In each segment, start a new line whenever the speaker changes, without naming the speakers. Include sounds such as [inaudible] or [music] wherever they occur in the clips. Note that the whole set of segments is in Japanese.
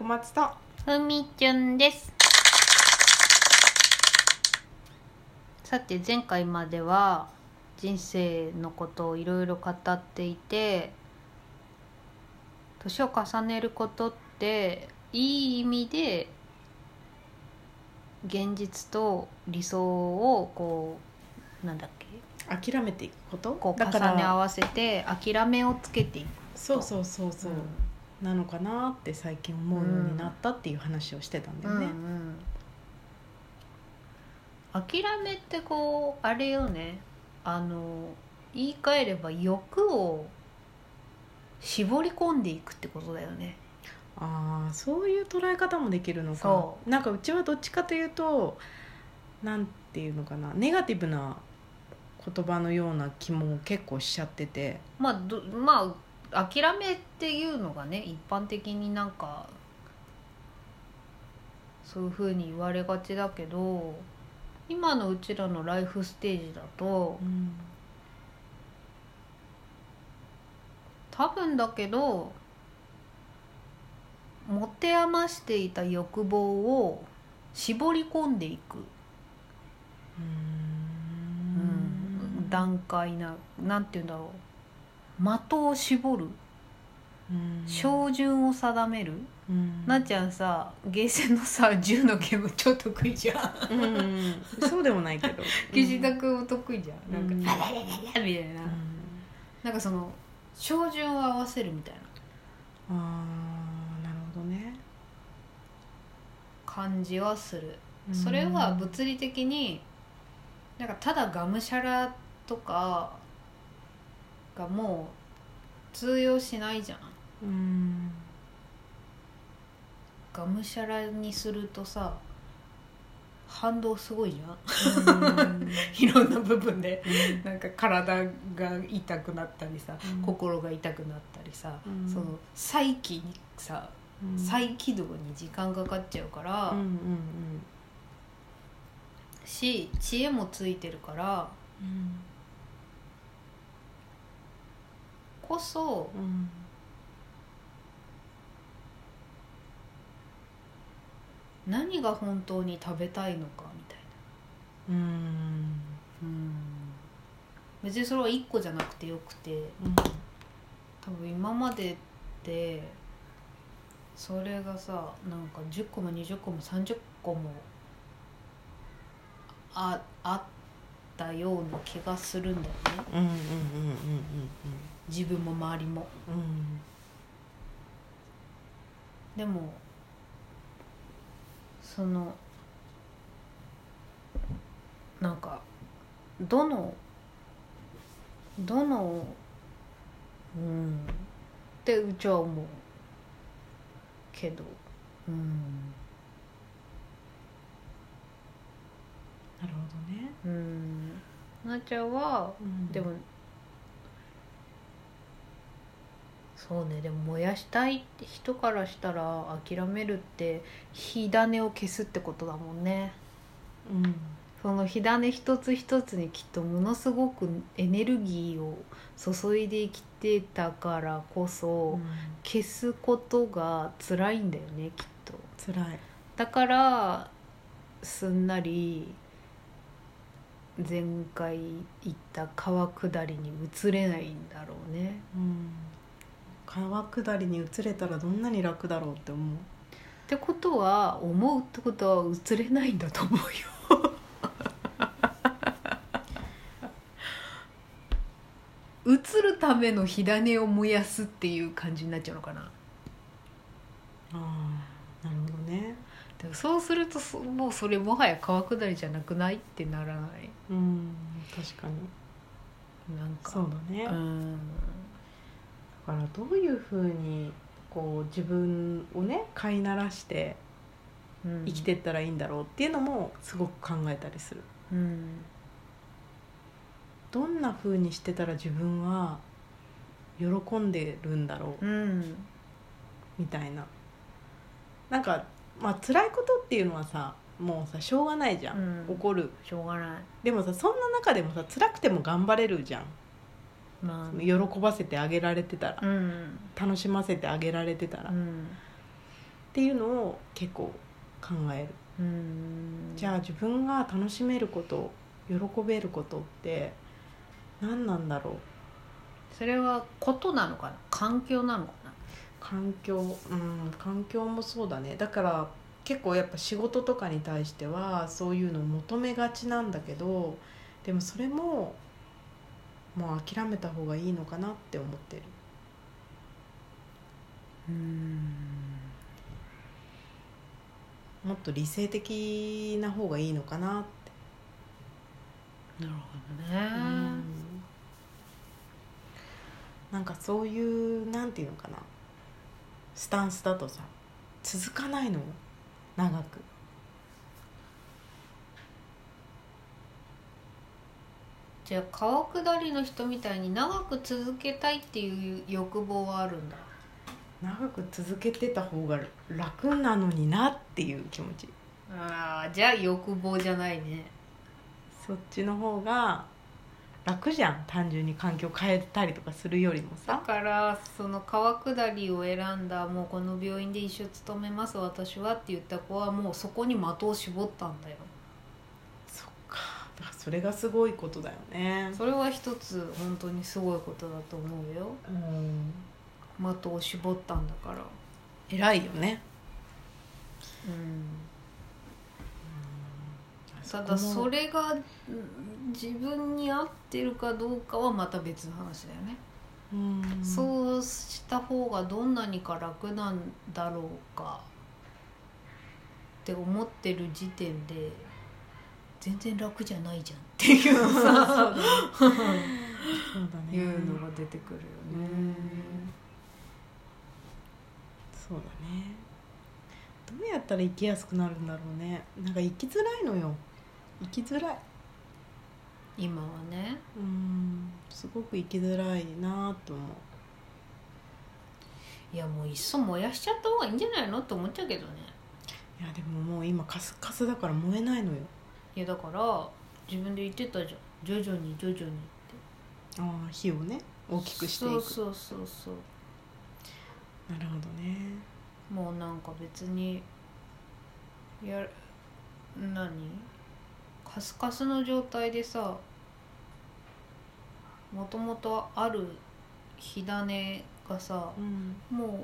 まちと
ふみちゅんですさて前回までは人生のことをいろいろ語っていて年を重ねることっていい意味で現実と理想をこうなんだっけ
諦めていくこと
こう
だ
重
から
ね合わせて諦めをつけていく
そうそうそうそう、なのかなって最近思うようになったっていう話をしてたんだよね、
うんうん、諦めってこうあれよねあの言い換えれば欲を絞り込んでいくってことだよね。
ああそういう捉え方もできるのか
そ
なんかうちはどっちかというとなんていうのかなネガティブな言葉のような気も結構しちゃってて
まあどまあ諦めっていうのがね一般的になんかそういうふうに言われがちだけど今のうちらのライフステージだと
うん
多分だけど持て余していた欲望を絞り込んでいく、
う
うん
ん
段階ななんて言うんだろう的を絞る
うん
照準を定める、
うん
なっちゃんさゲーセンのさ銃のゲーム超得意じゃん
うんそうでもない
[laughs]
けど
岸田君も得意じゃん、
うん
なんか「ラララララ」みたいな、
うん
なんかその照準を合わせるみたいな
あーなるほどね
感じはするそれは物理的になんかただがむしゃらとかがもう通用しないじゃん
うん
がむしゃらにするとさ反動すごいじゃんいろんな部分でなんか体が痛くなったりさ
うん
心が痛くなったりさ、
うん
その再起にさ
うん
再起動に時間かかっちゃうから、
うんうん
し知恵もついてるから
うん
こそ
うん
何が本当に食べたいのかみたいな
うん
別にそれは1個じゃなくてよくて
うん
多分今までってそれがさなんか10個も20個も30個もああったような気がするんだよね
うんうんうんうん
自分も周りも。
うんうん
でもそのなんかどのどのうんってうちは思うけどうん
なるほどね
うんなっちゃんは
うん
でもそうねでも燃やしたいって人からしたら諦めるって火種を消すってことだもんね
うん
その火種一つ一つにきっとものすごくエネルギーを注いで生きてたからこそ消すことが辛いんだよねきっと
つらい
だからすんなり前回行った川下りに移れないんだろうね
うん川下りに移れたらどんなに楽だろうって思う
ってことは思うってことは移れないんだと思うよ移るための火種を燃やすっていう感じになっちゃうのかな
ああなるほどね
でもそうするとそもうそれもはや川下りじゃなくないってならない
うん確かに
なんか
そうだね
うん
だからどういうふうにこう自分をね飼いならして
うん
生きてったらいいんだろうっていうのもすごく考えたりする
うん
どんなふうにしてたら自分は喜んでるんだろう
うん
みたいななんかまあ辛いことっていうのはさもうさしょうがないじゃん、
うん
怒る
しょうがない
でもさそんな中でもさ辛くても頑張れるじゃん
まあ
喜ばせてあげられてたら
うん
楽しませてあげられてたら
うん
っていうのを結構考える
うん
じゃあ自分が楽しめること喜べることって何なんだろう
それはことなのかな環境なのかな
環境うん環境もそうだねだから結構やっぱ仕事とかに対してはそういうのを求めがちなんだけどでもそれももう諦めた方がいいのかなって思ってる
うん
もっと理性的な方がいいのかなって
なるほどね
なんかそういうなんていうのかなスタンスだとさ続かないのよ長く
じゃあ川下りの人みたいに長く続けたいっていう欲望はあるんだ
長く続けてた方が楽なのになっていう気持ち
あーじゃあ欲望じゃないね
そっちの方が楽じゃん単純に環境変えたりとかするよりも
だ
さ
からその川下りを選んだもうこの病院で一生勤めます私はって言った子はもうそこに的を絞ったんだよ
そっかだからそれがすごいことだよね
それは一つ本当にすごいことだと思うよ
うん
的を絞ったんだから
偉いよね
うんた
あ
だ
そこも
それがうん自分に合ってるかどうかはまた別の話だよね、
うん
そうした方がどんなにか楽なんだろうかって思ってる時点で全然楽じゃないじゃんっていうさ
そうだね
いうのが出てくるよね、
そうだねどうやったら生きやすくなるんだろうねなんか生きづらいのよ生きづらい
今はね
うんすごく生きづらいなと思う
いやもういっそ燃やしちゃった方がいいんじゃないのって思っちゃうけどね
いやでももう今カスカスだから燃えないのよ
いやだから自分で言ってたじゃん徐々に徐々にって
ああ火をね大きくしていく
そうそうそうそう
なるほどね
もうなんか別にや何カスカスの状態でさもともとある火種がさ
うん、
もう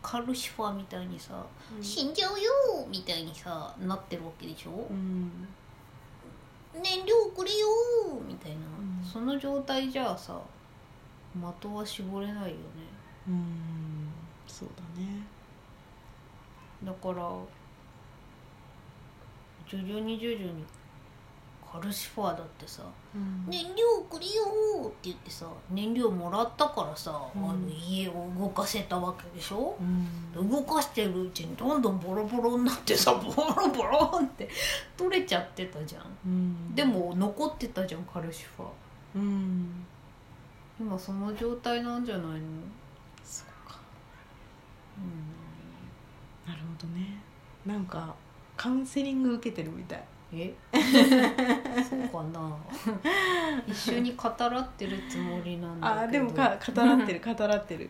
カルシファーみたいにさ「死んじゃうよ!」みたいにさなってるわけでしょ
うん
燃料くれよーみたいな、
うん
その状態じゃあさ的は絞れないよね
うんそうだね
だから徐々に徐々にカルシファーだってさ
うん
燃料くれよーって言ってさ燃料もらったからさ、
うん
あの家を動かせたわけでしょ
うん
動かしてるうちにどんどんボロボロになって [laughs] さボロボロって取れちゃってたじゃん
うん
でも残ってたじゃんカルシファー
うん
今その状態なんじゃないの、
そっかなるほどねなんかカウンセリング受けてるみたい [laughs]
えそうかな一緒に語らってるつもりなんだけど
あーでもか語らってる語らってるよ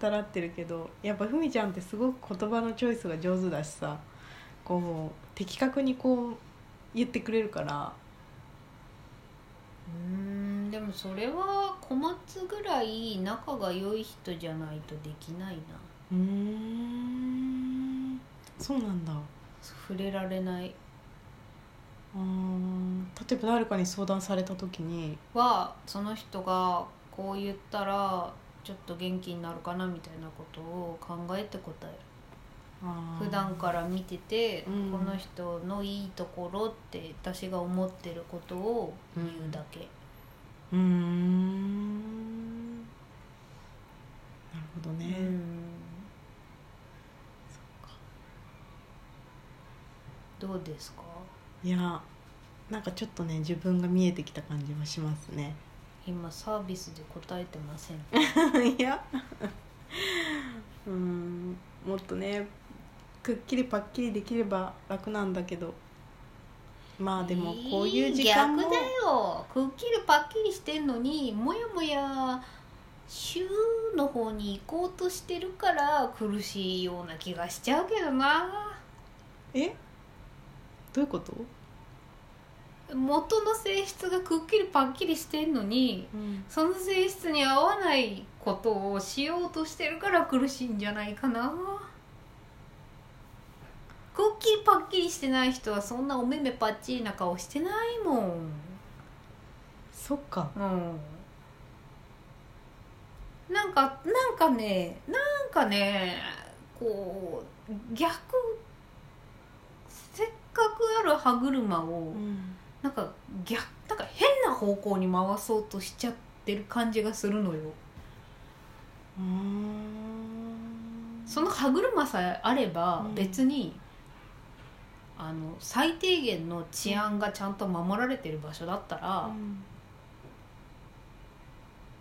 語らってるけどやっぱふみちゃんってすごく言葉のチョイスが上手だしさこう的確にこう言ってくれるから
うーんでもそれは小松ぐらい仲が良い人じゃないとできないな
うーんそうなんだ
触れられない
あー例えば誰かに相談された時に
はその人がこう言ったらちょっと元気になるかなみたいなことを考えて答える
あー
普段から見てて、
うん
この人のいいところって私が思ってることを言うだけ、
うーんなるほどね、
どうですか
いやなんかちょっとね自分が見えてきた感じはしますね [laughs]
今サービスで答えてません
いや [laughs] うーんもっとねくっきりパッキリできれば楽なんだけどまあでもこういう時間も
逆だよくっきりパッキリしてんのにもやもや州の方に行こうとしてるから苦しいような気がしちゃうけどな
えどういうこと、
元の性質がくっきりパッキリしてんのにその性質に合わないことをしようとしてるから苦しいんじゃないかなくっきりパッキリしてない人はそんなお目目パッチリな顔してないもん
そっか
うんなんかなんかねなんかねこう逆せっかくある歯車を
ん
なんか逆なんか変な方向に回そうとしちゃってる感じがするのよ
うん
その歯車さえあれば
うん
別に、あの最低限の治安がちゃんと守られてる場所だったら、
うん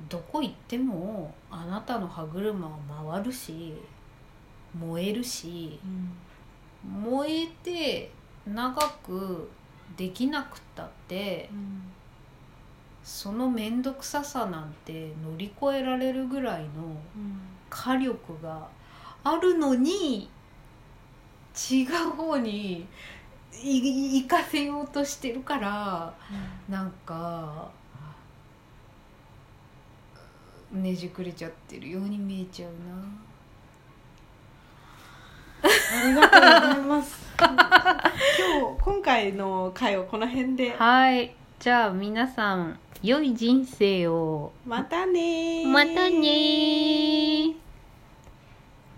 どこ行ってもあなたの歯車は回るし燃えるし
うん
燃えて長くできなくったって
うん
その面倒くささなんて乗り越えられるぐらいの
うん
火力があるのに違う方にいい行かせようとしてるからなんかねじくれちゃってるように見えちゃうな。
ありがとうございます今日今回の回をこの辺で
はい。じゃあ皆さん、良い人生を。
またねー
またねー。